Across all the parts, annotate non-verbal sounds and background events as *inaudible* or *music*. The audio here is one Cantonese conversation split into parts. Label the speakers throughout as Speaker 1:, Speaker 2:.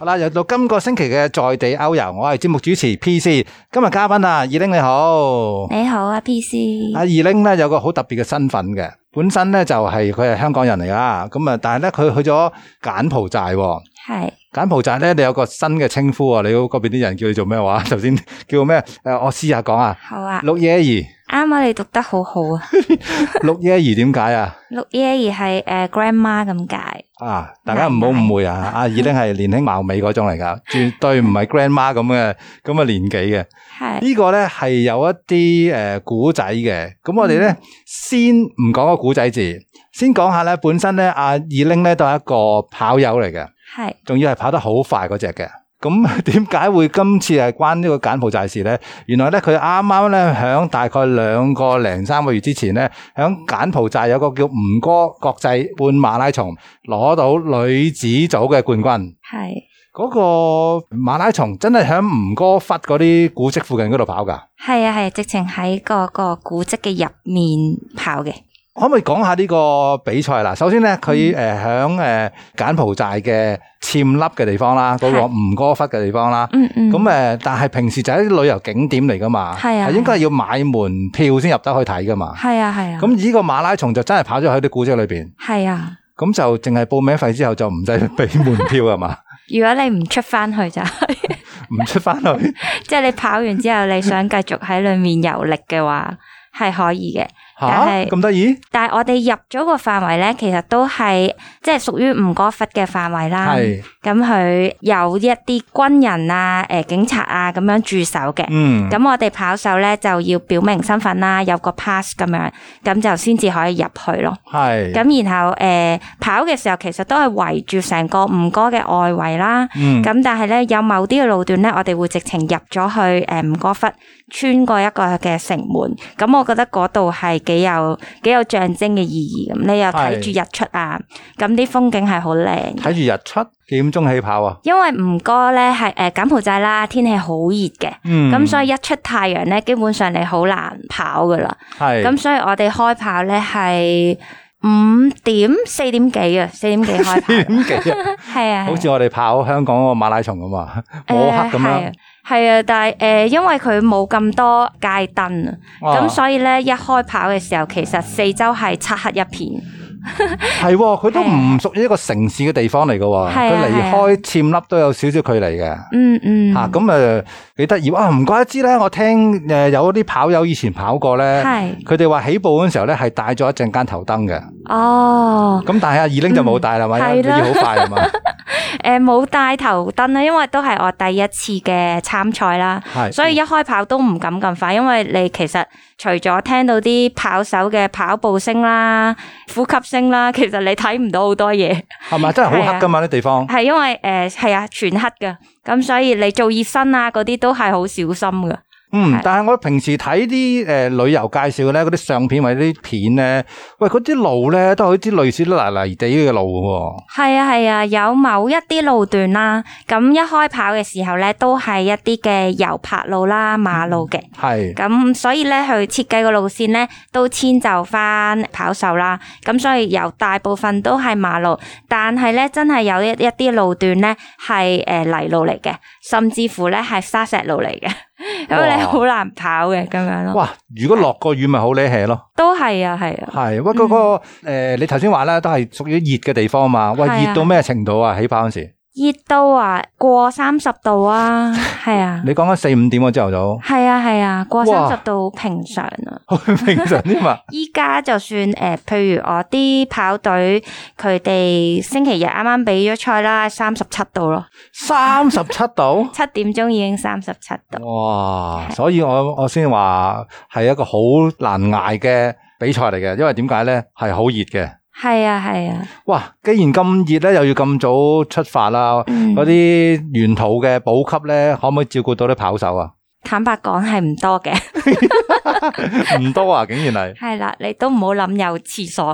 Speaker 1: 啦，又到今個星期嘅在地 Out 遊，我係節目主持 P C，今日嘉賓啊，二玲你好。
Speaker 2: 你好啊，PC
Speaker 1: 阿。二玲咧有個好特別嘅身份嘅，本身咧就係佢係香港人嚟啦，咁啊，但係咧佢去咗柬埔寨喎。 *laughs*
Speaker 2: 係
Speaker 1: 柬埔寨咧，你有個新嘅稱呼啊！你嗰邊啲人叫你做咩話？頭先叫咩？誒、我試下講啊，
Speaker 2: 好啊，
Speaker 1: 綠野兒，
Speaker 2: 啱啊，你讀得好好啊。
Speaker 1: 綠野兒點解啊？
Speaker 2: 六耶兒係誒 grandma 咁解，
Speaker 1: 啊！大家唔好誤會啊！阿二玲係年輕貌美嗰種嚟㗎，絕對唔係 grandma 咁嘅咁嘅年紀嘅。
Speaker 2: 係
Speaker 1: 呢個咧係有一啲誒古仔嘅，咁我哋咧先唔講個古仔字，先講下咧本身咧阿二玲咧都係一個跑友嚟嘅，
Speaker 2: 係
Speaker 1: 仲要係跑得好快嗰只嘅。咁 *laughs* 點解會今次係關呢個柬埔寨事咧？原來咧佢啱啱咧響大概兩個零三個月之前咧，響柬埔寨有個叫吳哥國際半馬拉松攞到女子組嘅冠軍。
Speaker 2: 係
Speaker 1: 嗰、個馬拉松真係響吳哥窟嗰啲古蹟附近嗰度跑㗎。
Speaker 2: 係啊係，直情喺個個古蹟嘅入面跑嘅，
Speaker 1: 可唔可以講下呢個比賽啦？首先咧，佢誒
Speaker 2: 嗯
Speaker 1: 響誒柬埔寨嘅暹粒嘅地方啦，嗰、個
Speaker 2: 係
Speaker 1: 吳哥窟嘅地方啦。
Speaker 2: 嗯嗯，
Speaker 1: 咁啊誒、但係平時就係啲旅遊景點嚟噶嘛，
Speaker 2: 係啊
Speaker 1: 應該係要買門票先入得去睇噶嘛。
Speaker 2: 係啊係啊，
Speaker 1: 咁呢個馬拉松就真係跑咗喺啲古蹟裏邊，
Speaker 2: 係啊，
Speaker 1: 咁就淨係報名費之後就唔使俾門票係
Speaker 2: *laughs*
Speaker 1: 嘛，
Speaker 2: 如果你唔出翻去就，
Speaker 1: 唔出翻去。
Speaker 2: *laughs* 即係你跑完之後你想繼續喺裏面遊歷嘅話，係可以嘅。
Speaker 1: 吓
Speaker 2: 但係
Speaker 1: 咁得意？
Speaker 2: 但係我哋入咗個範圍咧，其實都係即係屬於吳哥窟嘅範圍啦。
Speaker 1: 係，
Speaker 2: 啊咁佢有一啲軍人啊、誒、警察啊咁樣駐守嘅。
Speaker 1: 嗯，
Speaker 2: 咁我哋跑手咧就要表明身份啦，有個 pass 咁樣，咁就先至可以入去咯。
Speaker 1: 係，
Speaker 2: 咁然後誒、呃跑嘅時候，其實都係圍住成個吳哥嘅外圍啦。
Speaker 1: 嗯，
Speaker 2: 咁但係咧有某啲嘅路段咧，我哋會直情入咗去誒吳哥窟，穿過一個嘅城門。咁我覺得嗰度係幾有幾有象徵嘅意義咁。你又睇住日出啊，咁啲風景係好靚。
Speaker 1: 睇住日出幾點鐘起跑啊？
Speaker 2: 因為吳哥咧係誒呃柬埔寨啦，天氣好熱嘅，咁、
Speaker 1: 嗯，
Speaker 2: 所以一出太陽咧，基本上你好難跑噶啦。
Speaker 1: 係
Speaker 2: 咁所以我哋開跑咧係五點四點幾啊，四點幾
Speaker 1: *laughs*
Speaker 2: 開
Speaker 1: 四
Speaker 2: 跑，
Speaker 1: 點幾啊？
Speaker 2: 係啊，
Speaker 1: 好似我哋跑香港嗰個馬拉松咁啊， *laughs* 摸黑咁樣，
Speaker 2: 係啊，但係誒、呃因為佢冇咁多街燈啊，
Speaker 1: 哇
Speaker 2: 咁所以咧一開跑嘅時候，其實四周係漆黑一片，
Speaker 1: 係喎，佢都唔屬於一個城市嘅地方嚟嘅喎，
Speaker 2: 啊係
Speaker 1: 佢
Speaker 2: 啊
Speaker 1: 離開暹粒都有少少距離嘅。
Speaker 2: 嗯嗯，
Speaker 1: 吓咁誒幾得意啊！唔怪得知咧，我聽誒有啲跑友以前跑過咧，
Speaker 2: 係，
Speaker 1: 佢哋話起步嗰陣時候咧係戴咗一陣間頭燈嘅，
Speaker 2: 哦。
Speaker 1: 咁但係阿二拎就冇戴啦，嘛，因為
Speaker 2: 嗯係啦
Speaker 1: 要好快啊嘛，
Speaker 2: 誒呃冇戴頭燈啦，啊因為都係我第一次嘅參賽啦，
Speaker 1: 係，
Speaker 2: *laughs*
Speaker 1: 嗯
Speaker 2: 所以一開跑都唔敢咁快，因為你其實除咗聽到啲跑手嘅跑步聲啦、呼吸聲啦， *laughs* 其實你睇唔到好多嘢，
Speaker 1: 係咪真係好黑噶嘛啲地方？
Speaker 2: 係啊因為誒係、啊全黑㗎，咁所以你做熱身啊嗰啲都係好小心㗎。
Speaker 1: 嗯
Speaker 2: 係，
Speaker 1: 但係我平時睇啲誒旅遊介紹咧，嗰啲相片或者啲片咧，喂，嗰啲路咧都係啲類似泥泥地嘅路喎。
Speaker 2: 係啊係啊，有某一啲路段啦，咁一開跑嘅時候咧，都係一啲嘅油柏路啦、馬路嘅。
Speaker 1: 系，
Speaker 2: 咁所以咧，佢設計個路線咧都遷就翻跑手啦。咁所以由大部分都係馬路，但係咧真係有一一啲路段咧係誒泥路嚟嘅，甚至乎咧係沙石路嚟嘅， *laughs* 咁
Speaker 1: 哇
Speaker 2: 你好難跑嘅咁樣咯。
Speaker 1: 哇！如果落個雨咪好呢氣咯，
Speaker 2: 都係啊，係啊，
Speaker 1: 係喂嗰個诶，你頭先話啦，都係屬於熱嘅地方嘛，喂
Speaker 2: 係啊
Speaker 1: 熱到咩程度啊？起跑嗰時，
Speaker 2: 熱到啊過三十度啊，係啊，
Speaker 1: 你講緊四五點喎，朝頭
Speaker 2: 係啊，係啊，過
Speaker 1: 哇
Speaker 2: 三十度平常啊。
Speaker 1: 早， *laughs* 好平常添嘛，
Speaker 2: 依家就算誒、呃譬如我啲跑隊佢哋星期日啱啱比咗賽啦，三十七度咯，
Speaker 1: 三十七度，
Speaker 2: 七點鐘已經三十七度。
Speaker 1: 哇！所以我我先話係一個好難捱嘅比賽嚟嘅，因為點解咧？係好熱嘅，
Speaker 2: 係啊，係啊，
Speaker 1: 哇！既然咁熱咧，又要咁早出發啦，
Speaker 2: 嗯
Speaker 1: 嗰啲沿途嘅補給咧，可唔可以照顧到啲跑手
Speaker 2: *laughs*
Speaker 1: 啊？
Speaker 2: 坦白講係唔多嘅， *laughs*
Speaker 1: 唔多啊，竟然係
Speaker 2: 係啦，你都唔好諗有廁所，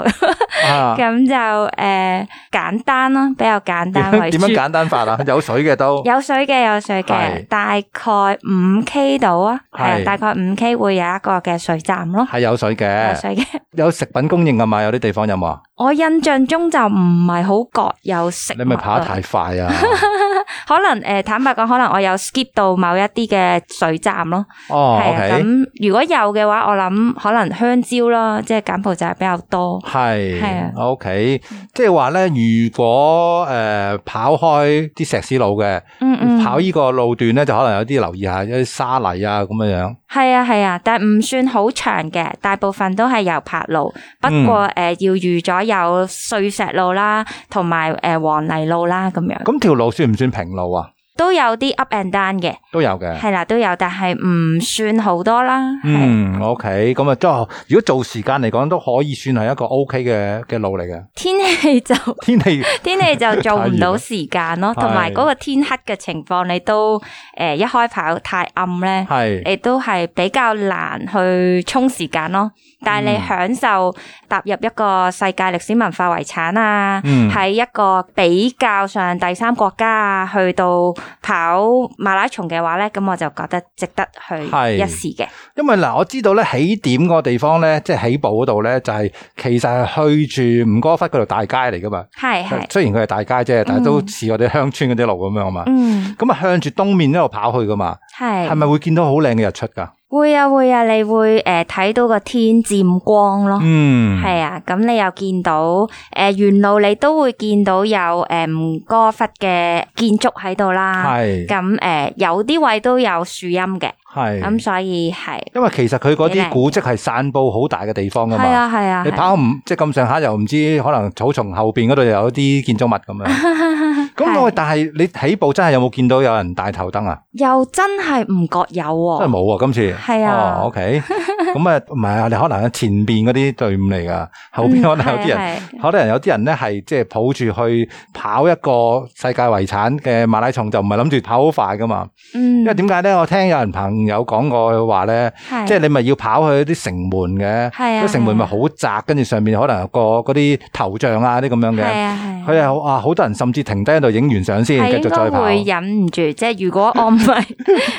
Speaker 1: 啊！
Speaker 2: 咁就誒、呃、簡單咯，比較簡單為
Speaker 1: 點
Speaker 2: 主
Speaker 1: 樣。簡單法
Speaker 2: *laughs*
Speaker 1: 啊？有水嘅都
Speaker 2: 有水嘅有水
Speaker 1: 係
Speaker 2: 嘅，大概五 K 度啊，係啊
Speaker 1: 係
Speaker 2: 大概五 K 會有一個嘅水站咯，
Speaker 1: 係有水
Speaker 2: 有
Speaker 1: 嘅。
Speaker 2: 水嘅，
Speaker 1: 有食品供應㗎嘛？有啲地方有冇啊？
Speaker 2: 我印象中就唔係好覺有食
Speaker 1: 你咪
Speaker 2: 物啊
Speaker 1: 跑得
Speaker 2: 類
Speaker 1: 太快
Speaker 2: *laughs*
Speaker 1: 啊！
Speaker 2: 可能诶、呃坦白講，可能我有 skip 到某一啲嘅水站咯。
Speaker 1: 哦
Speaker 2: 係啊，
Speaker 1: ，OK，
Speaker 2: 咁如果有嘅話，我諗可能香蕉啦，即係柬埔寨比較多。
Speaker 1: 係
Speaker 2: 係啊
Speaker 1: o k 即係話咧，如果诶、呃跑開啲石屎路嘅，
Speaker 2: 嗯嗯，
Speaker 1: 跑呢個路段咧，就可能有啲留意下，有啲沙泥啊咁樣樣。
Speaker 2: 係啊係啊，但系唔算好長嘅，大部分都係由柏路。不
Speaker 1: 嗯
Speaker 2: 過诶、呃要預咗有碎石路啦，同埋诶黄泥路啦，咁樣
Speaker 1: 咁條路算唔算平路啊？
Speaker 2: 都有啲 up and down 嘅，
Speaker 1: 都有嘅。
Speaker 2: 係啦、都有，但係唔算好多啦。係
Speaker 1: 嗯，OK，咁啊，都如果做時間嚟講，都可以算係一個 OK 嘅嘅路嚟嘅。 *laughs*
Speaker 2: 天氣就。
Speaker 1: 天
Speaker 2: *laughs*
Speaker 1: 氣
Speaker 2: 天氣就做
Speaker 1: *laughs*
Speaker 2: 唔
Speaker 1: 太熱
Speaker 2: 到
Speaker 1: 啦
Speaker 2: 時間咯，
Speaker 1: 係
Speaker 2: 同埋嗰個天黑嘅情況，你都诶、呃一開跑太暗咧，
Speaker 1: 係
Speaker 2: 你都係比較難去冲時間咯。但
Speaker 1: 嗯
Speaker 2: 係你享受踏入一個世界歷史文化遺產啊，
Speaker 1: 嗯
Speaker 2: 喺、一個比較上第三國家啊，去到跑馬拉松嘅話咧，咁我就覺得值得去
Speaker 1: 係
Speaker 2: 一試嘅。
Speaker 1: 因為嗱，我知道咧起點嗰個地方咧，即係起步嗰度咧，就係、其實係去住吳哥窟嗰條大街嚟噶嘛。
Speaker 2: 係係，
Speaker 1: 雖然佢係大街啫，但係都似我哋鄉村嗰啲路咁樣啊嘛。
Speaker 2: 嗯，
Speaker 1: 咁啊，向住東面一路跑去噶嘛，係
Speaker 2: 係，
Speaker 1: 咪會見到好靚嘅日出㗎？
Speaker 2: 會啊會啊，你會诶睇、到個天漸光咯。
Speaker 1: 嗯，
Speaker 2: 系啊，咁你又見到诶、呃沿路你都會見到有诶吳哥窟嘅建築喺度啦。
Speaker 1: 係
Speaker 2: 啊咁诶、呃有啲位都有樹蔭嘅，咁
Speaker 1: 係，
Speaker 2: 所以係
Speaker 1: 因為其實佢嗰
Speaker 2: 幾靚
Speaker 1: 啲古蹟係散佈好大嘅地方
Speaker 2: 係
Speaker 1: 㗎嘛。
Speaker 2: 啊係啊，
Speaker 1: 你
Speaker 2: 係啊 *laughs*
Speaker 1: 跑唔即系咁上下又唔知，可能草丛後边嗰度又有啲建築物咁樣。
Speaker 2: *laughs*
Speaker 1: 咁我
Speaker 2: 係
Speaker 1: 但係你起步真係有冇見到有人戴頭燈啊？
Speaker 2: 又真係唔覺有喎、
Speaker 1: 真係冇啊！今次
Speaker 2: 哦係啊
Speaker 1: 哦，OK，咁
Speaker 2: *laughs*
Speaker 1: 啊唔係啊，你可能喺前边嗰啲隊伍嚟噶，後
Speaker 2: 嗯
Speaker 1: 边可能有啲
Speaker 2: 係
Speaker 1: 人，
Speaker 2: 啊係
Speaker 1: 可能有啲人咧係即係抱住去跑一個世界遺產嘅馬拉松，就唔係諗住跑好快噶嘛。
Speaker 2: 嗯，
Speaker 1: 因為點解咧？我聽有人朋友講過話咧，
Speaker 2: 係
Speaker 1: 即係你咪要跑去啲城門嘅。
Speaker 2: 係啊，
Speaker 1: 個城門咪好窄，跟住上面可能有個嗰啲頭像啊啲咁樣
Speaker 2: 係
Speaker 1: 嘅。
Speaker 2: 啊係啊
Speaker 1: 佢係啊，好多人甚至停低喺度影完相先，
Speaker 2: 係
Speaker 1: 繼
Speaker 2: 應
Speaker 1: 續再
Speaker 2: 該
Speaker 1: 跑。
Speaker 2: 會忍唔住，即係如果我唔係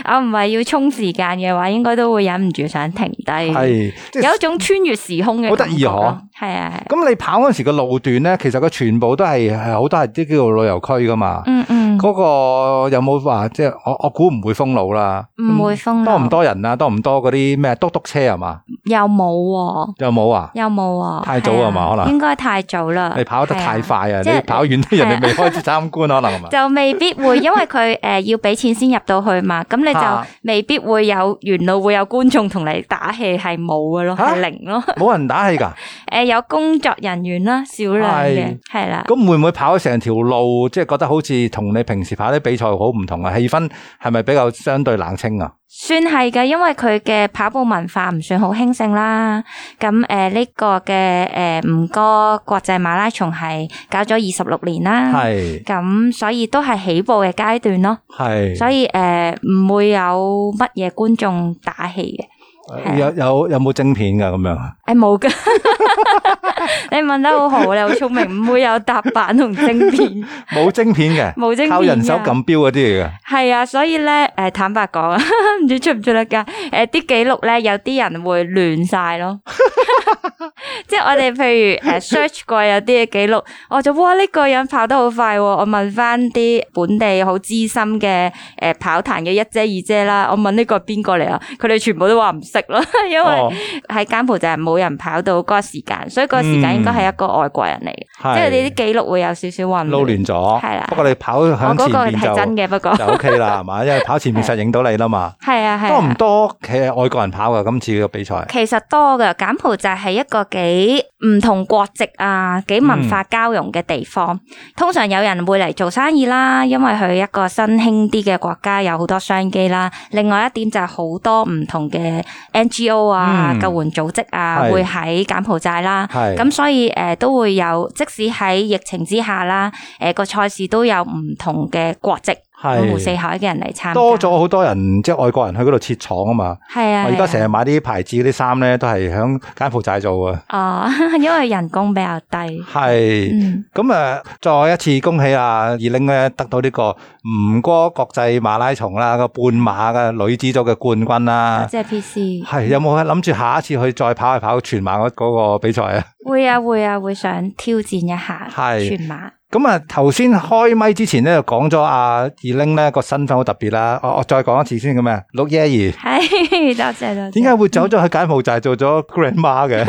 Speaker 2: 我唔係要冲時間嘅話，應該都會忍唔住想停低。
Speaker 1: 係即
Speaker 2: 有一
Speaker 1: 係
Speaker 2: 種穿越時空嘅
Speaker 1: 好得意
Speaker 2: 感覺咯
Speaker 1: 嗬，
Speaker 2: 係啊，係啊
Speaker 1: 咁你跑嗰陣時個路段咧，其實佢全部都係係好多係啲叫做旅遊區噶嘛。
Speaker 2: 嗯嗯，
Speaker 1: 嗰、個有冇話即係我我估唔會封路啦，
Speaker 2: 唔會封
Speaker 1: 咁
Speaker 2: 路
Speaker 1: 多唔多人啊？多唔多嗰啲咩嘟嘟車係嘛？
Speaker 2: 又冇喎，
Speaker 1: 有冇啊？
Speaker 2: 又冇喎，
Speaker 1: 太早
Speaker 2: 係啊
Speaker 1: 啊嘛可能
Speaker 2: 應該太早啦，
Speaker 1: 你跑得太
Speaker 2: 係啊。
Speaker 1: 快啊！
Speaker 2: 即係
Speaker 1: 你跑遠啲，人哋未開始參觀可能
Speaker 2: *laughs*
Speaker 1: 係嘛？
Speaker 2: 就未必會，因為佢诶、呃要俾錢先入到去嘛，咁你
Speaker 1: 啊
Speaker 2: 就未必會有沿路會有觀眾同你打氣，係冇嘅咯，
Speaker 1: 嚇
Speaker 2: 係零咯。
Speaker 1: 冇人打氣㗎，
Speaker 2: 诶、有工作人員啦，少量嘅
Speaker 1: 係
Speaker 2: 係啦，
Speaker 1: 咁會唔會跑成條路，即係覺得好似同你平時跑啲比賽好唔同啊？氣氛係咪比較相對冷清啊？
Speaker 2: 算係嘅，因為佢嘅跑步文化唔算好興盛啦。咁诶呢個嘅诶吳哥國際馬拉松係搞咗二十六年啦，
Speaker 1: 係
Speaker 2: 咁所以都係起步嘅階段咯。
Speaker 1: 係。
Speaker 2: 所以诶唔、會有乜嘢觀眾打氣嘅，係啊
Speaker 1: 有有有冇正片噶咁樣？
Speaker 2: 诶冇
Speaker 1: *laughs*
Speaker 2: 噶。 *laughs* 你問得好好，你好聰明，唔會有踏板同晶片，
Speaker 1: 冇晶片嘅，
Speaker 2: 冇晶片
Speaker 1: 靠人手撳表嗰啲嚟嘅。
Speaker 2: 系啊，所以咧，诶、坦白講啊， *laughs* 唔知出唔出得噶？诶、啲記錄咧，有啲人會亂晒咯， *laughs* 即係我哋譬如诶 search 過有啲嘅記錄，我就哇呢、個人跑得好快、喎！我問翻啲本地好資深嘅诶、誒跑壇嘅一姐二姐啦，我問呢個邊個嚟啊？佢哋全部都話唔識咯， *laughs* 因為
Speaker 1: 哦，
Speaker 2: 喺柬埔寨冇人跑到嗰個時間，所以嗰個時間
Speaker 1: 嗯
Speaker 2: 應該係一個外國人嚟嘅，即係你啲記錄會有少少混
Speaker 1: 撈
Speaker 2: 亂。
Speaker 1: 亂咗。
Speaker 2: 係啦
Speaker 1: 不過你跑
Speaker 2: 我
Speaker 1: 向
Speaker 2: 嗰
Speaker 1: 前
Speaker 2: 個
Speaker 1: 面
Speaker 2: 係真
Speaker 1: 就
Speaker 2: 嘅，不過
Speaker 1: 就 OK
Speaker 2: *laughs*
Speaker 1: 啦，係嘛？因為跑前面實影到你啦嘛。
Speaker 2: 係啊係啊。
Speaker 1: 多唔多嘅外國人跑噶？今次嘅比賽
Speaker 2: 其實多嘅，柬埔寨係一個幾唔同國籍啊，幾文化交融嘅地方。通常有人會嚟做生意啦，因為佢一個新興啲嘅國家，有好多商機啦。另外一點就係好多唔同嘅 NGO 啊、
Speaker 1: 嗯
Speaker 2: 救援組織啊，
Speaker 1: 係
Speaker 2: 會喺柬埔寨啦。
Speaker 1: 係
Speaker 2: 咁所以诶、呃都會有，即使喺疫情之下啦，诶、個賽事都有唔同嘅國籍五湖四
Speaker 3: 係
Speaker 2: 海嘅人嚟參加，
Speaker 1: 多咗好多人，即係外國人去嗰度設廠啊嘛。
Speaker 2: 係啊，
Speaker 1: 我而家
Speaker 2: 係啊
Speaker 1: 成日買啲牌子嗰啲衫咧，都係響柬埔寨做啊。
Speaker 2: 哦， *laughs* 因為人工比較低，
Speaker 1: 係。
Speaker 2: 嗯，
Speaker 1: 咁啊，再一次恭喜啊！二玲咧得到呢個吳哥國際馬拉松啦個半馬嘅女子組嘅冠軍啦。
Speaker 2: 啊即係 PC
Speaker 1: 啊係有冇啊諗住下一次去再跑一跑全馬嗰嗰個比賽啊？
Speaker 2: 會啊會啊會想挑戰一下
Speaker 1: 係
Speaker 2: 全馬，
Speaker 1: 咁啊，頭先開咪之前咧就講咗啊阿二玲咧個身份好特別啦。我我再講一次先咁啊，陸耶兒
Speaker 2: 係 *laughs* 多謝多謝。
Speaker 1: 點解會走咗去柬埔寨做咗 grandma 嘅？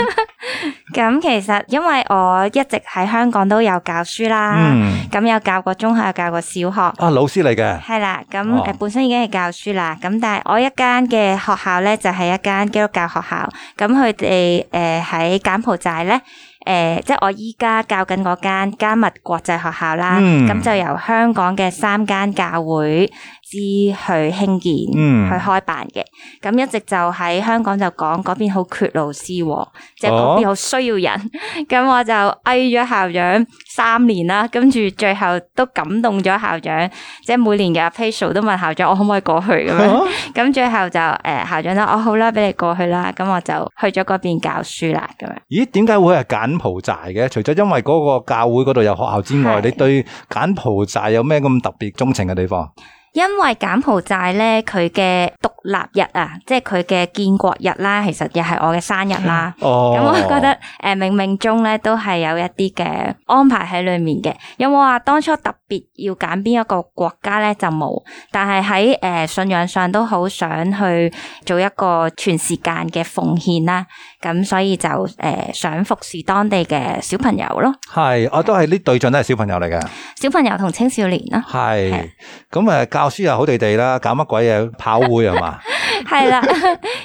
Speaker 2: 咁其實因為我一直喺香港都有教書啦，
Speaker 1: 嗯，
Speaker 2: 咁、有教過中學，有教過小學。
Speaker 1: 啊老師嚟嘅，
Speaker 2: 係啦，咁
Speaker 1: 哦
Speaker 2: 誒本身已經係教書啦，咁但係我一間嘅學校咧就係、一間基督教學校，咁佢哋誒喺柬埔寨咧，誒、即係我依家教緊嗰間加密國際學校啦，
Speaker 1: 嗯
Speaker 2: 咁、就由香港嘅三間教會之去興建、
Speaker 1: 嗯
Speaker 2: 去開辦嘅，咁一直就喺香港就講嗰邊好缺老師喎，即係
Speaker 1: 哦
Speaker 2: 嗰邊好需要人。 *laughs* 咁我就哀咗校長三年啦，跟住最後都感動咗校長，即係每年嘅 appraisal 都問校長我可唔可以過去咁
Speaker 1: 哦
Speaker 2: 樣， *laughs* 咁最後就诶、呃校長啦，我好啦，俾你過去啦，咁我就去咗嗰邊教書啦，咁樣
Speaker 1: 咦？點解會係柬埔寨嘅？除咗因為嗰個教會嗰度有學校之外，
Speaker 2: 係
Speaker 1: 你對柬埔寨有咩咁特別鍾情嘅地方？
Speaker 2: 因為柬埔寨咧佢嘅獨立日啊，即係佢嘅建國日啦，其實亦係我嘅生日啦。
Speaker 1: 哦，
Speaker 2: 咁我覺得誒、呃冥冥中咧都係有一啲嘅安排喺裡面嘅。有冇話當初特別要揀邊一個國家咧就冇，但係喺誒信仰上都好想去做一個全時間嘅奉獻啦。咁所以就誒、呃想服侍當地嘅小朋友咯，
Speaker 1: 係，我都係呢對象都係小朋友嚟嘅。
Speaker 2: 小朋友同青少年
Speaker 1: *laughs*
Speaker 2: 啦。
Speaker 1: 係，咁啊教書又好地地啦，搞乜鬼嘢跑會係
Speaker 2: *laughs*
Speaker 1: 嘛？
Speaker 2: 系啦，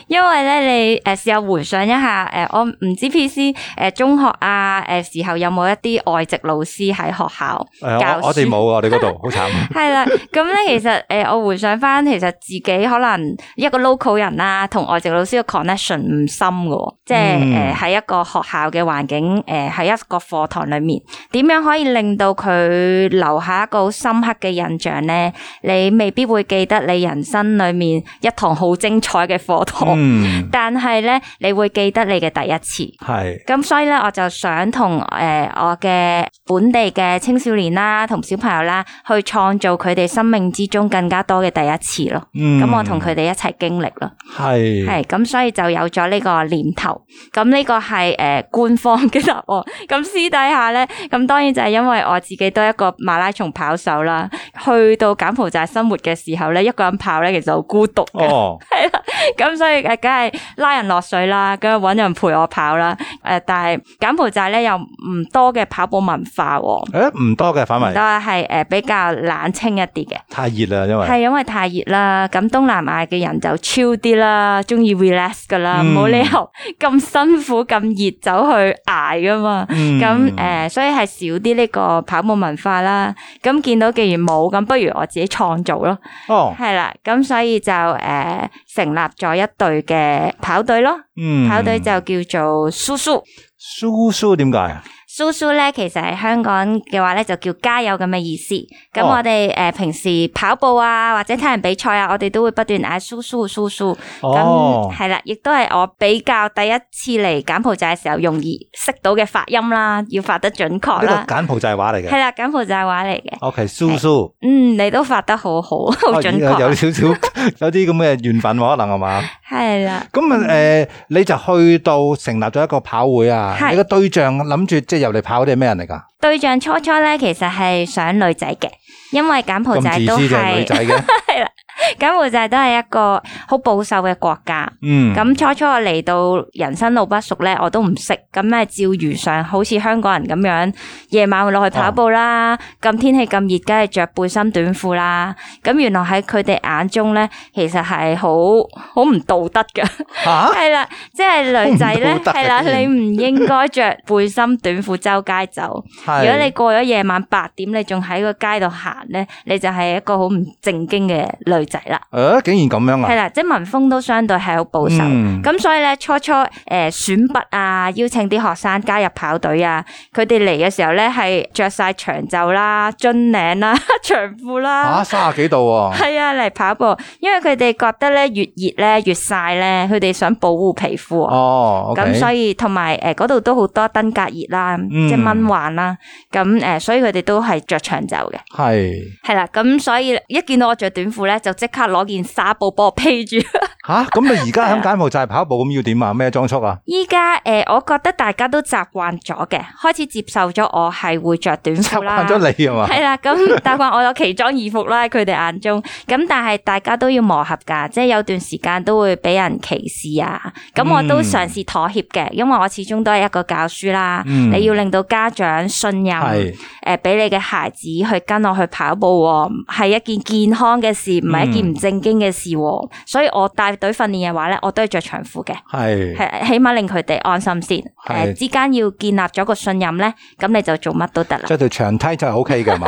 Speaker 2: 因為咧你诶试下回想一下诶、呃我唔知 P.C. 诶、中學啊诶、呃、时候有冇一啲外籍老師喺學校
Speaker 1: 誒
Speaker 2: 教
Speaker 1: 我我哋
Speaker 2: 書
Speaker 1: 冇啊，我哋嗰度好
Speaker 2: *laughs*
Speaker 1: 慘。
Speaker 2: 係啦，咁咧其實诶、呃我回想翻，其實自己可能一個 local 人啦、同外籍老師嘅 connection 唔深嘅喎，即係
Speaker 1: 嗯
Speaker 2: 诶喺一個學校嘅環境，诶、喺一個課堂里面，點樣可以令到佢留下一個好深刻嘅印象咧？你未必會記得你人生里面一堂好精彩嘅課堂。
Speaker 1: 嗯，
Speaker 2: 但係咧，你會記得你嘅第一次。
Speaker 1: 係。
Speaker 2: 咁所以咧，我就想同诶、呃我嘅本地嘅青少年啦，同小朋友啦，去創造佢哋生命之中更加多嘅第一次咯。
Speaker 1: 嗯，
Speaker 2: 咁、我同佢哋一齊經歷咯，
Speaker 1: 係
Speaker 2: 係咁，所以就有咗呢個念頭。咁呢個係诶、呃官方嘅答案。 *laughs* 咁私底下咧，咁當然就係因為我自己都一個馬拉松跑手啦。去到柬埔寨生活嘅時候咧，一個人跑咧，其實好孤獨嘅。
Speaker 1: 哦，
Speaker 2: 咁所以誒，梗係拉人落水啦，咁揾人陪我跑啦。誒、但係柬埔寨咧又唔多嘅跑步文化喎、
Speaker 1: 诶唔多嘅反
Speaker 2: 都
Speaker 1: 為
Speaker 2: 係誒比較冷清一啲嘅，
Speaker 1: 太熱啦，因為
Speaker 2: 係因為太熱啦。咁東南亞嘅人就 chill 啲啦，中意 relax 噶啦，
Speaker 1: 嗯
Speaker 2: 冇、理由咁辛苦咁熱走去捱噶嘛。
Speaker 1: 嗯
Speaker 2: 咁誒、呃所以係少啲呢個跑步文化啦。咁見到既然冇，咁不如我自己創造咯。
Speaker 1: 哦，
Speaker 2: 系啦，咁所以就诶、呃成立咗一隊嘅跑隊咯，
Speaker 1: 嗯，
Speaker 2: 跑隊就叫做蘇蘇。
Speaker 1: 蘇蘇點解？
Speaker 2: 蘇蘇咧，其實喺香港嘅話咧，就叫加油咁嘅意思。咁
Speaker 1: 哦
Speaker 2: 我哋诶、呃平時跑步啊，或者睇人比賽啊，我哋都會不斷嗌蘇蘇蘇蘇。
Speaker 1: 哦
Speaker 2: 咁，係啦，亦都係我比較第一次嚟柬埔寨嘅時候容易識到嘅發音啦，要發得準確
Speaker 1: 呢
Speaker 2: 啦
Speaker 1: 個。柬埔寨話嚟
Speaker 2: 係
Speaker 1: 嘅。
Speaker 2: 啦，柬埔寨話嚟嘅。
Speaker 1: OK，蘇蘇，
Speaker 2: 嗯，你都發得好好，好
Speaker 1: 哦
Speaker 2: 準
Speaker 1: 有有
Speaker 2: 確。
Speaker 1: 少 *laughs* 少有啲咁嘅緣分喎可能係嘛？
Speaker 2: 係啦。
Speaker 1: 咁啊诶，你就去到成立咗一個跑會啊？
Speaker 2: 係
Speaker 1: 你個對象諗住即係入嚟跑啲係咩人嚟㗎？
Speaker 2: 對象初初咧，其實係想女仔嘅，因為柬埔
Speaker 1: 咁
Speaker 2: 寨
Speaker 1: 自
Speaker 2: 都
Speaker 1: 私就係女
Speaker 2: 係
Speaker 1: 仔嘅，
Speaker 2: *laughs* 柬埔寨都係一個好保守嘅國家。
Speaker 1: 嗯，
Speaker 2: 咁、初初我嚟到人生路不熟咧，我都唔識，咁咧照如常，好似香港人咁樣，夜晚落去跑步
Speaker 1: 啊
Speaker 2: 啦。咁、天氣咁熱，梗係着背心短褲啦。咁原來喺佢哋眼中咧，其實係好好唔道德
Speaker 1: *laughs*
Speaker 2: 嘅。
Speaker 1: 吓
Speaker 2: 系啦，即係女仔咧
Speaker 1: 唔，道德嘅
Speaker 2: 係啦，
Speaker 1: 竟然
Speaker 2: 你唔應該着背心短褲周街走。
Speaker 1: 係
Speaker 2: 如果你過咗夜晚八點，你仲喺個街度行咧，你就係一個好唔正經嘅女女仔啦，
Speaker 1: 诶、竟然咁样
Speaker 2: 係
Speaker 1: 啊！
Speaker 2: 啦，即系民風都相對係好保守。
Speaker 1: 嗯
Speaker 2: 咁所以咧，初初诶、呃、選拔啊，邀請啲學生加入跑隊啊，佢哋嚟嘅時候咧係着晒長袖啦、樽領啦、 *laughs* 長褲啦
Speaker 1: 吓，三十几度喎、
Speaker 2: 係啊嚟跑步，因為佢哋覺得咧越熱咧越晒咧，佢哋想保護皮膚啊。
Speaker 1: 哦
Speaker 2: 咁所
Speaker 1: 以
Speaker 2: 以同埋誒嗰度都好多登革熱啦，
Speaker 1: 嗯
Speaker 2: 即係蚊患啦。咁誒、呃所以佢哋都係着長袖嘅，
Speaker 1: 系
Speaker 2: 係啦。咁所以一見到我着短褲咧，就即刻攞件紗布幫我披住。 *laughs*
Speaker 1: 吓，咁你而家喺柬埔寨跑步咁要點啊？咩裝束啊？
Speaker 2: 依家誒，呃我覺得大家都習慣咗嘅，開始接受咗我係會着短
Speaker 1: 習
Speaker 2: 褲啦
Speaker 1: 慣。咗你啊嘛？
Speaker 2: 係啦，
Speaker 1: *laughs*
Speaker 2: 咁大慣我有奇裝異服啦，佢哋眼中。咁但係大家都要磨合㗎，即係有段時間都會俾人歧視啊。咁我都
Speaker 1: 嗯
Speaker 2: 嘗試妥協嘅，因為我始終都係一個教書啦。
Speaker 1: 嗯
Speaker 2: 你要令到家長信任，誒
Speaker 1: 係
Speaker 2: 俾、你嘅孩子去跟我去跑步喎，係一件健康嘅事，唔
Speaker 1: 嗯
Speaker 2: 係一件唔正經嘅事喎。所以我帶隊訓練嘅話咧，我都係着長褲嘅。
Speaker 1: 係
Speaker 2: 系起碼令佢哋安心先，诶、
Speaker 1: 嗯係
Speaker 2: 之間要建立咗個信任咧，咁你就做乜都得啦。
Speaker 1: 着條長梯就係 O K 嘅
Speaker 2: *laughs*
Speaker 1: 嘛，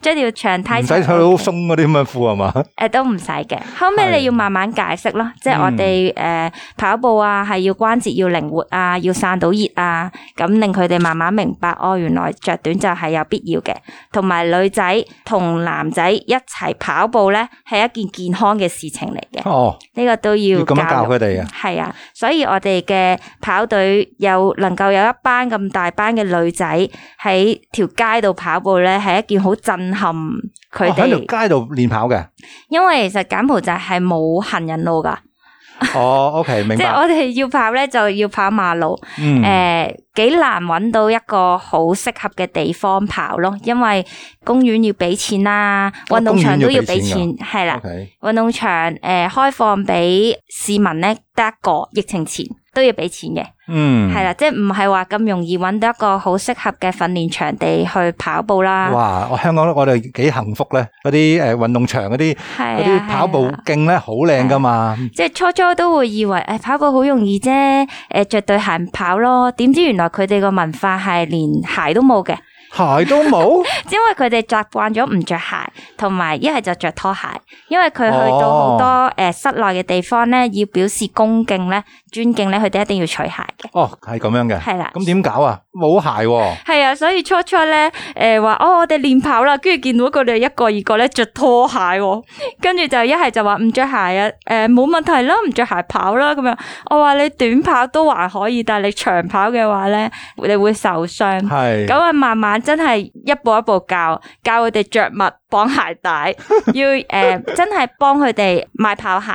Speaker 2: 即係條啊長梯
Speaker 1: 唔使去到鬆嗰啲咁嘅褲係嘛？
Speaker 2: 誒呃都唔使嘅，後
Speaker 1: 係嗯
Speaker 2: 尾你要慢慢解釋咯，即係我哋誒、呃跑步啊，係要關節要靈活啊，要散到熱啊，咁令佢哋慢慢明白哦，原來着短袖係有必要嘅，同埋女仔同男仔一齊跑步咧係一件健康嘅事情嚟嘅，呢、
Speaker 1: 哦，
Speaker 2: 個都要
Speaker 1: 要咁樣教
Speaker 2: 育
Speaker 1: 佢哋啊！
Speaker 2: 係啊，所以我哋嘅跑隊有能夠有一班咁大班嘅女仔喺條街度跑步咧，係一件好震撼佢
Speaker 1: 哦
Speaker 2: 哋。
Speaker 1: 喺條街度練跑嘅。
Speaker 2: 因為其實柬埔寨係冇行人路噶，
Speaker 1: 哦，O K，明
Speaker 2: 即係
Speaker 1: 白。
Speaker 2: 我哋要跑咧就要跑馬路，
Speaker 1: 嗯，
Speaker 2: 诶、幾難揾到一個好適合嘅地方跑咯，因為公園要俾錢啦，
Speaker 1: 哦
Speaker 2: 運動場都要俾
Speaker 1: 公
Speaker 2: 錢，係啦
Speaker 1: O，K，
Speaker 2: 運動場诶、呃、开放俾市民咧得一個，疫情前都要俾錢嘅，
Speaker 1: 嗯，
Speaker 2: 係啦、即系唔係話咁容易揾到一個好適合嘅訓練場地去跑步啦，
Speaker 1: 哇！我香港我哋幾幸福咧，嗰啲诶运动场嗰啲
Speaker 2: 係啊
Speaker 1: 嗰啲跑步
Speaker 2: 係啊
Speaker 1: 徑咧好靚噶嘛，
Speaker 2: 即系初初都會以為诶、跑步好容易啫，诶、着對鞋跑咯。點知原來佢哋個文化係連鞋都冇嘅，
Speaker 1: 鞋都冇。
Speaker 2: 因為佢哋習慣咗唔着鞋，同埋一係就着拖鞋。因為佢去到
Speaker 1: 哦
Speaker 2: 好多诶、誒室內嘅地方咧，要表示恭敬咧、尊敬咧，佢哋一定要除鞋嘅。
Speaker 1: 哦，係咁樣嘅。
Speaker 2: 係啦
Speaker 1: 咁點搞啊？冇鞋喎。
Speaker 2: 係啊，所以初初咧，诶、話哦，我哋練跑啦，跟住見到佢哋一個二個咧着拖鞋、喎，跟住就一係就話唔着鞋啊，诶、冇問題啦，唔着鞋跑啦咁樣。我話你短跑都還可以，但係你長跑嘅話咧，你會受傷。
Speaker 1: 係。
Speaker 2: 咁啊，慢慢真係一步一步教，教佢哋着襪、綁鞋帶，要诶、呃真係幫佢哋買跑鞋。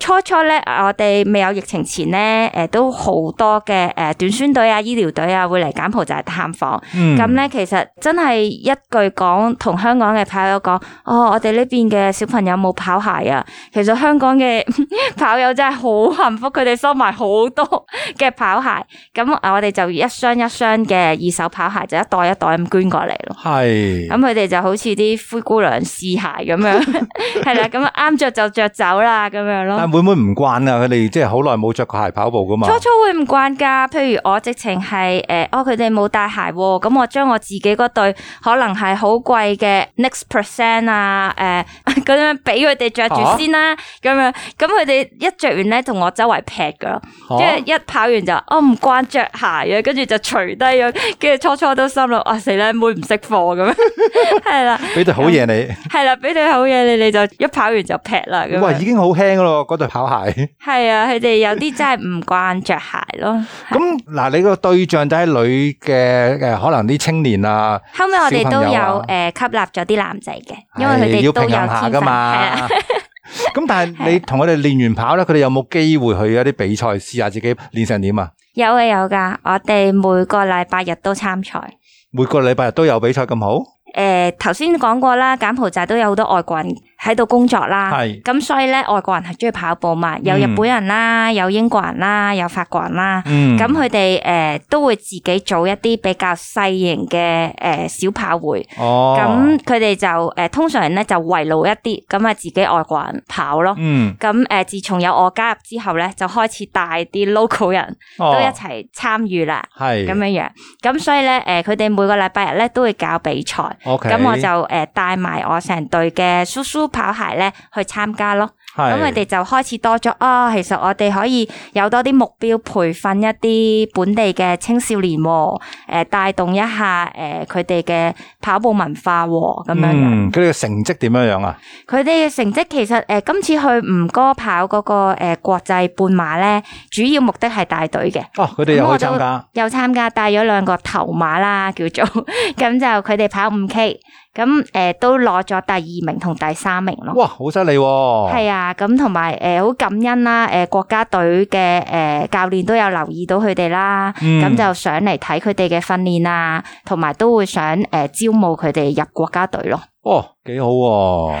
Speaker 2: 初初咧，我哋未有疫情前咧，诶、都好多嘅诶、呃短宣隊啊、醫療隊啊會嚟柬埔寨探訪。
Speaker 1: 嗯
Speaker 2: 咁咧，其實真係一句講同香港嘅跑友講，哦，我哋呢邊嘅小朋友冇跑鞋啊。其實香港嘅 *laughs* 跑友真係好幸福，佢哋收埋好多嘅跑鞋。咁啊我哋就一箱一箱嘅二手跑鞋，就一袋一袋咁捐過嚟咯。
Speaker 1: 係。
Speaker 2: 咁佢哋就好似啲灰姑娘試鞋咁樣，係啦，咁啱着就着走啦，咁樣咯。
Speaker 1: 但會唔會唔慣啊？佢哋即係好耐冇着過鞋跑步噶嘛？
Speaker 2: 初初會唔慣㗎，譬如我直情係诶，呃哦佢哋冇帶鞋喎，咁我將我自己嗰對可能係好貴嘅 Next Percent 啊，诶、 *laughs* 咁樣俾佢哋着住先啦，咁、樣咁佢哋一着完咧，同我周圍劈㗎咯，
Speaker 1: 嚇
Speaker 2: 跟住、一跑完就我唔慣着鞋啊，跟住就除低咗，跟住初初都心諗啊死啦，妹唔識
Speaker 1: *laughs*
Speaker 2: 貨咁樣，係啦
Speaker 1: 俾對好嘢你。
Speaker 2: 係啦，俾對好嘢你，你就一跑完就劈啦咁
Speaker 1: 哇，
Speaker 2: 樣
Speaker 1: 已，經好輕噶咯，嗰對跑鞋。
Speaker 2: 係啊，佢哋有啲真係唔慣着鞋咯。
Speaker 1: 咁嗱，你個對象就係女嘅诶，誒可能啲青年啊，
Speaker 2: 後尾我哋都
Speaker 1: 小朋友
Speaker 2: 有
Speaker 1: 啊
Speaker 2: 诶、吸納咗啲男仔嘅，因為佢
Speaker 1: 係
Speaker 2: 哋
Speaker 1: 要
Speaker 2: 都有
Speaker 1: 平衡
Speaker 2: 天
Speaker 1: 下
Speaker 2: 分，
Speaker 1: 噶
Speaker 2: 係
Speaker 1: 嘛
Speaker 2: 啊。
Speaker 1: *laughs* 咁但係你同佢哋練完跑咧，佢哋有冇機會去一啲比賽試下自己練成點啊？
Speaker 2: 有嘅有噶，我哋每個禮拜日都參賽。
Speaker 1: 每個禮拜日都有比賽咁好？
Speaker 2: 诶、頭先講過啦，柬埔寨都有好多外國人喺度工作啦，
Speaker 1: 係
Speaker 2: 咁所以咧，外國人係中意跑步嘛，有日本人啦，有英國人啦，有法國人啦，
Speaker 1: 嗯。
Speaker 2: 咁佢哋诶都會自己組一啲比較細型嘅诶、誒小跑會。
Speaker 1: 哦。
Speaker 2: 咁佢哋就誒、通常咧就圍路一啲，咁啊自己外國人跑咯。
Speaker 1: 嗯，
Speaker 2: 咁誒、呃自從有我加入之後咧，就開始帶
Speaker 1: *laughs*
Speaker 2: 啲 local 人
Speaker 1: 哦
Speaker 2: 都一齊參與啦，
Speaker 1: 係
Speaker 2: 咁樣樣。咁所以咧，誒、佢哋每個禮拜日咧都會搞比賽。
Speaker 1: OK，
Speaker 2: 咁我就誒、呃、帶埋我成隊嘅叔叔跑鞋咧去參加咯。咁佢
Speaker 1: 係
Speaker 2: 哋就開始多咗啊、其實我哋可以有多啲目標培訓一啲本地嘅青少年、喎，诶、帶動一下诶佢哋嘅跑步文化喎咁、樣樣。
Speaker 1: 嗯，佢哋嘅成績點樣樣啊？
Speaker 2: 佢哋嘅成績其實誒、呃今次去吳哥跑嗰、個誒、呃、國際半馬咧，主要目的係帶隊嘅。
Speaker 1: 哦，佢哋
Speaker 2: 咁
Speaker 1: 又
Speaker 2: 我
Speaker 1: 去參加，
Speaker 2: 有參加帶咗兩個頭馬啦，叫做 *laughs* 咁就佢哋跑五 K，咁誒、呃都攞咗第二名同第三名咯。
Speaker 1: 哇，好犀利喎！
Speaker 2: 係啊，咁同埋誒好感恩啦，誒、國家隊嘅誒教練都有留意到佢哋啦，
Speaker 1: 嗯
Speaker 2: 咁、就上嚟睇佢哋嘅訓練啊，同埋都會想誒、呃招募佢哋入國家隊咯，
Speaker 1: 哦，幾好喎！
Speaker 2: 係。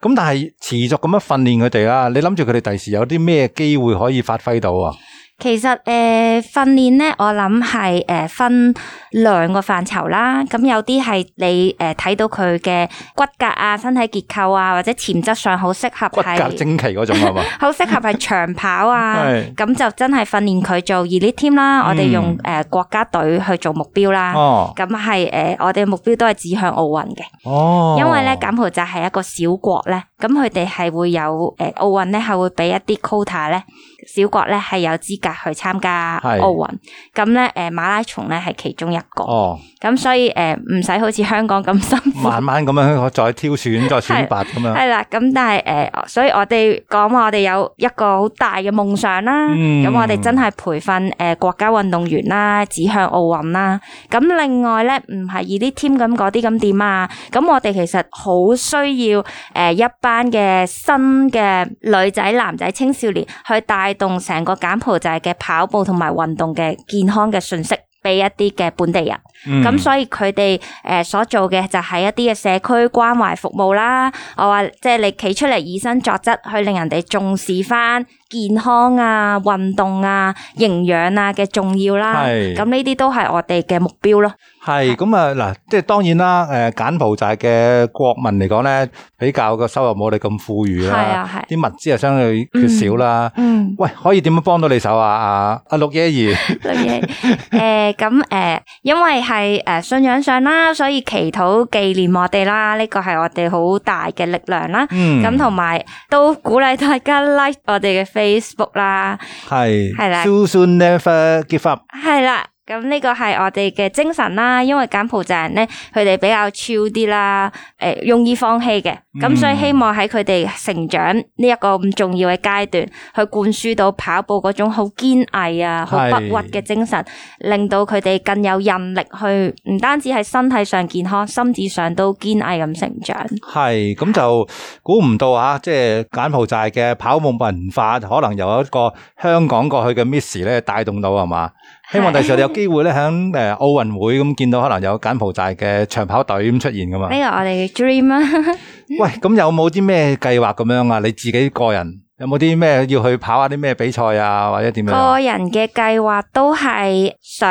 Speaker 1: 咁但係持續咁樣訓練佢哋啦，你諗住佢哋第時有啲咩機會可以發揮到啊？
Speaker 2: 其實诶、呃、训练咧，我諗係诶分兩個範疇啦。咁有啲係你诶睇、到佢嘅骨骼啊、身體結構啊，或者潛質上好適合
Speaker 1: 骨骼嗯
Speaker 2: 係
Speaker 1: 精奇嗰種係嘛？
Speaker 2: 好適合係長跑 *laughs* 啊。
Speaker 1: 係
Speaker 2: 咁就真係訓練佢做 elite team 啦。我哋用诶、呃、国家隊去做目標啦。
Speaker 1: 嗯哦
Speaker 2: 咁係诶，呃我哋目標都係指向奧運嘅，
Speaker 1: 哦，
Speaker 2: 因為咧柬埔寨係一個小國咧，咁佢哋係會有诶奥运咧係會俾一啲 quota 咧，小國咧係有資格去參加
Speaker 1: 係
Speaker 2: 奧運。咁咧诶马拉松咧係其中一個，咁、
Speaker 1: 哦，
Speaker 2: 所以诶唔使好似香港咁辛苦。
Speaker 1: 慢慢咁樣再挑選、再選拔咁樣。
Speaker 2: 係啦，咁但係诶、呃所以我哋講話我哋有一個好大嘅夢想啦。
Speaker 1: 嗯
Speaker 2: 咁、我哋真係培訓诶、呃、国家運動員啦，指向奧運啦。咁另外咧，唔係以啲 team 咁嗰啲咁點啊？咁我哋其實好需要诶、呃一班嘅新嘅女仔、男仔、青少年去帶動成個柬埔寨嘅跑步同埋運動嘅健康嘅信息。俾一啲嘅本地人，咁、
Speaker 1: 咁
Speaker 2: 所以佢哋誒所做嘅就係一啲嘅社區關懷服務啦。我話即係你企出嚟以身作則，去令人哋重視翻健康啊、運動啊、營養啊嘅重要啦。
Speaker 1: 係
Speaker 2: 咁呢啲都係我哋嘅目標咯。
Speaker 1: 系咁啊嗱，即系當然啦，诶、柬埔寨嘅國民嚟講咧，比較個收入冇你咁富裕
Speaker 2: 係
Speaker 1: 啦，
Speaker 2: 啊，係。
Speaker 1: 啲、物資啊相對缺少啦。
Speaker 2: 嗯。
Speaker 1: 喂，可以點樣幫到你手啊？阿阿陸
Speaker 2: *laughs*
Speaker 1: 耶兒，
Speaker 2: 類嘢。诶，咁诶，因為係诶信仰上啦，所以祈禱紀念我哋啦，呢個係我哋好大嘅力量啦。
Speaker 1: 嗯，
Speaker 2: 咁同埋都鼓勵大家 like 我哋嘅 Facebook 啦，
Speaker 1: 係
Speaker 2: 係啦
Speaker 1: s o s o n never give up，
Speaker 2: 係啦。咁呢個係我哋嘅精神啦，因為柬埔寨人咧，佢哋比較超啲啦，诶、容易放棄嘅，咁、
Speaker 1: 嗯
Speaker 2: 所以希望喺佢哋成長呢一個咁重要嘅階段，去灌輸到跑步嗰種好堅毅啊、好不
Speaker 1: 係
Speaker 2: 屈嘅精神，令到佢哋更有韌力去，唔單止係身體上健康，心智上都堅毅咁成長。
Speaker 1: 係咁就估唔到啊！即係柬埔寨嘅跑步文化，可能由一個香港過去嘅 Miss 咧帶動到係嘛？希望第時我哋有機會咧喺诶奧運會咁見到可能有柬埔寨嘅長跑隊咁出現噶嘛？
Speaker 2: 呢個我哋嘅 dream 啊啦。
Speaker 1: *laughs* 喂，咁有冇啲咩計劃咁樣啊？你自己個人有冇啲咩要去跑下啲咩比賽啊，或者點樣啊？
Speaker 2: 個人嘅計劃都係想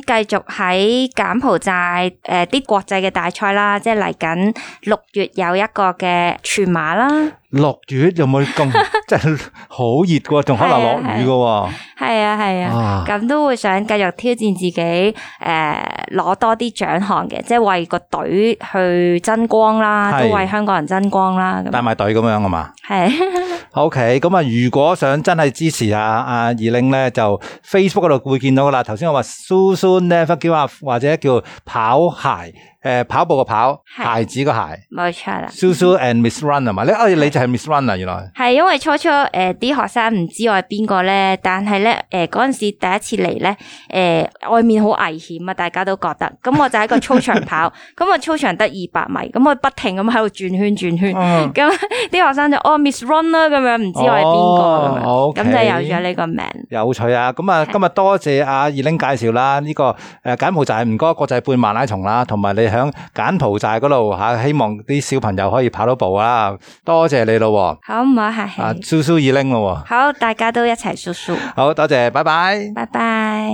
Speaker 2: 繼續喺柬埔寨誒啲、國際嘅大賽啦，即係嚟緊六月有一個嘅全馬啦，
Speaker 1: 落雨有冇
Speaker 2: *laughs*
Speaker 1: 咁即係好熱嘅喎，仲可能落雨嘅喎。
Speaker 2: 係啊係啊，
Speaker 1: 啊，
Speaker 2: 咁、都會想繼續挑戰自己誒攞、多啲獎項嘅，即係為個隊去爭光啦，
Speaker 1: 係
Speaker 2: 都為香港人爭光啦，
Speaker 1: 帶
Speaker 2: 咁
Speaker 1: 埋隊咁樣啊嘛。
Speaker 2: 係
Speaker 1: OK，咁啊，如果想真係支持啊阿二玲咧，就 Facebook 嗰度會見到噶啦。頭先我話 Susan Never Give Up，或者叫跑鞋，诶、跑步個跑，
Speaker 2: 係
Speaker 1: 鞋子 *laughs* 個鞋
Speaker 2: 冇錯啦。
Speaker 1: ，Susan and Miss Run 啊嘛。你啊，你就係 Miss Run 啊，原來。
Speaker 2: 係因為初初诶啲、學生唔知我係邊個咧，但係咧诶嗰阵时第一次嚟咧，诶、外面好危險啊，大家都覺得，咁我就喺個操
Speaker 1: *laughs*
Speaker 2: 場跑，咁我操場得二百米，咁我不停咁喺度轉圈轉圈，
Speaker 1: 嗯
Speaker 2: 咁啲學生就哦 Miss Run 啦咁樣，唔知我係邊
Speaker 1: 哦
Speaker 2: 個咁樣，咁、
Speaker 1: OK
Speaker 2: 就有咗呢個名，
Speaker 1: *laughs* 有趣啊！咁 *laughs* 啊，
Speaker 2: 係
Speaker 1: 今日多謝阿二玲介紹啦，呢、個誒柬埔寨唔該國際半馬拉松啦，同埋你喺柬埔寨嗰度嚇，希望啲小朋友可以跑到步啊！多謝你咯
Speaker 2: 好唔好客氣
Speaker 1: 喎，啊蘇蘇二玲咯
Speaker 2: 好，大家都一齊叔叔，
Speaker 1: 喎，好多謝，拜拜。
Speaker 2: 拜拜。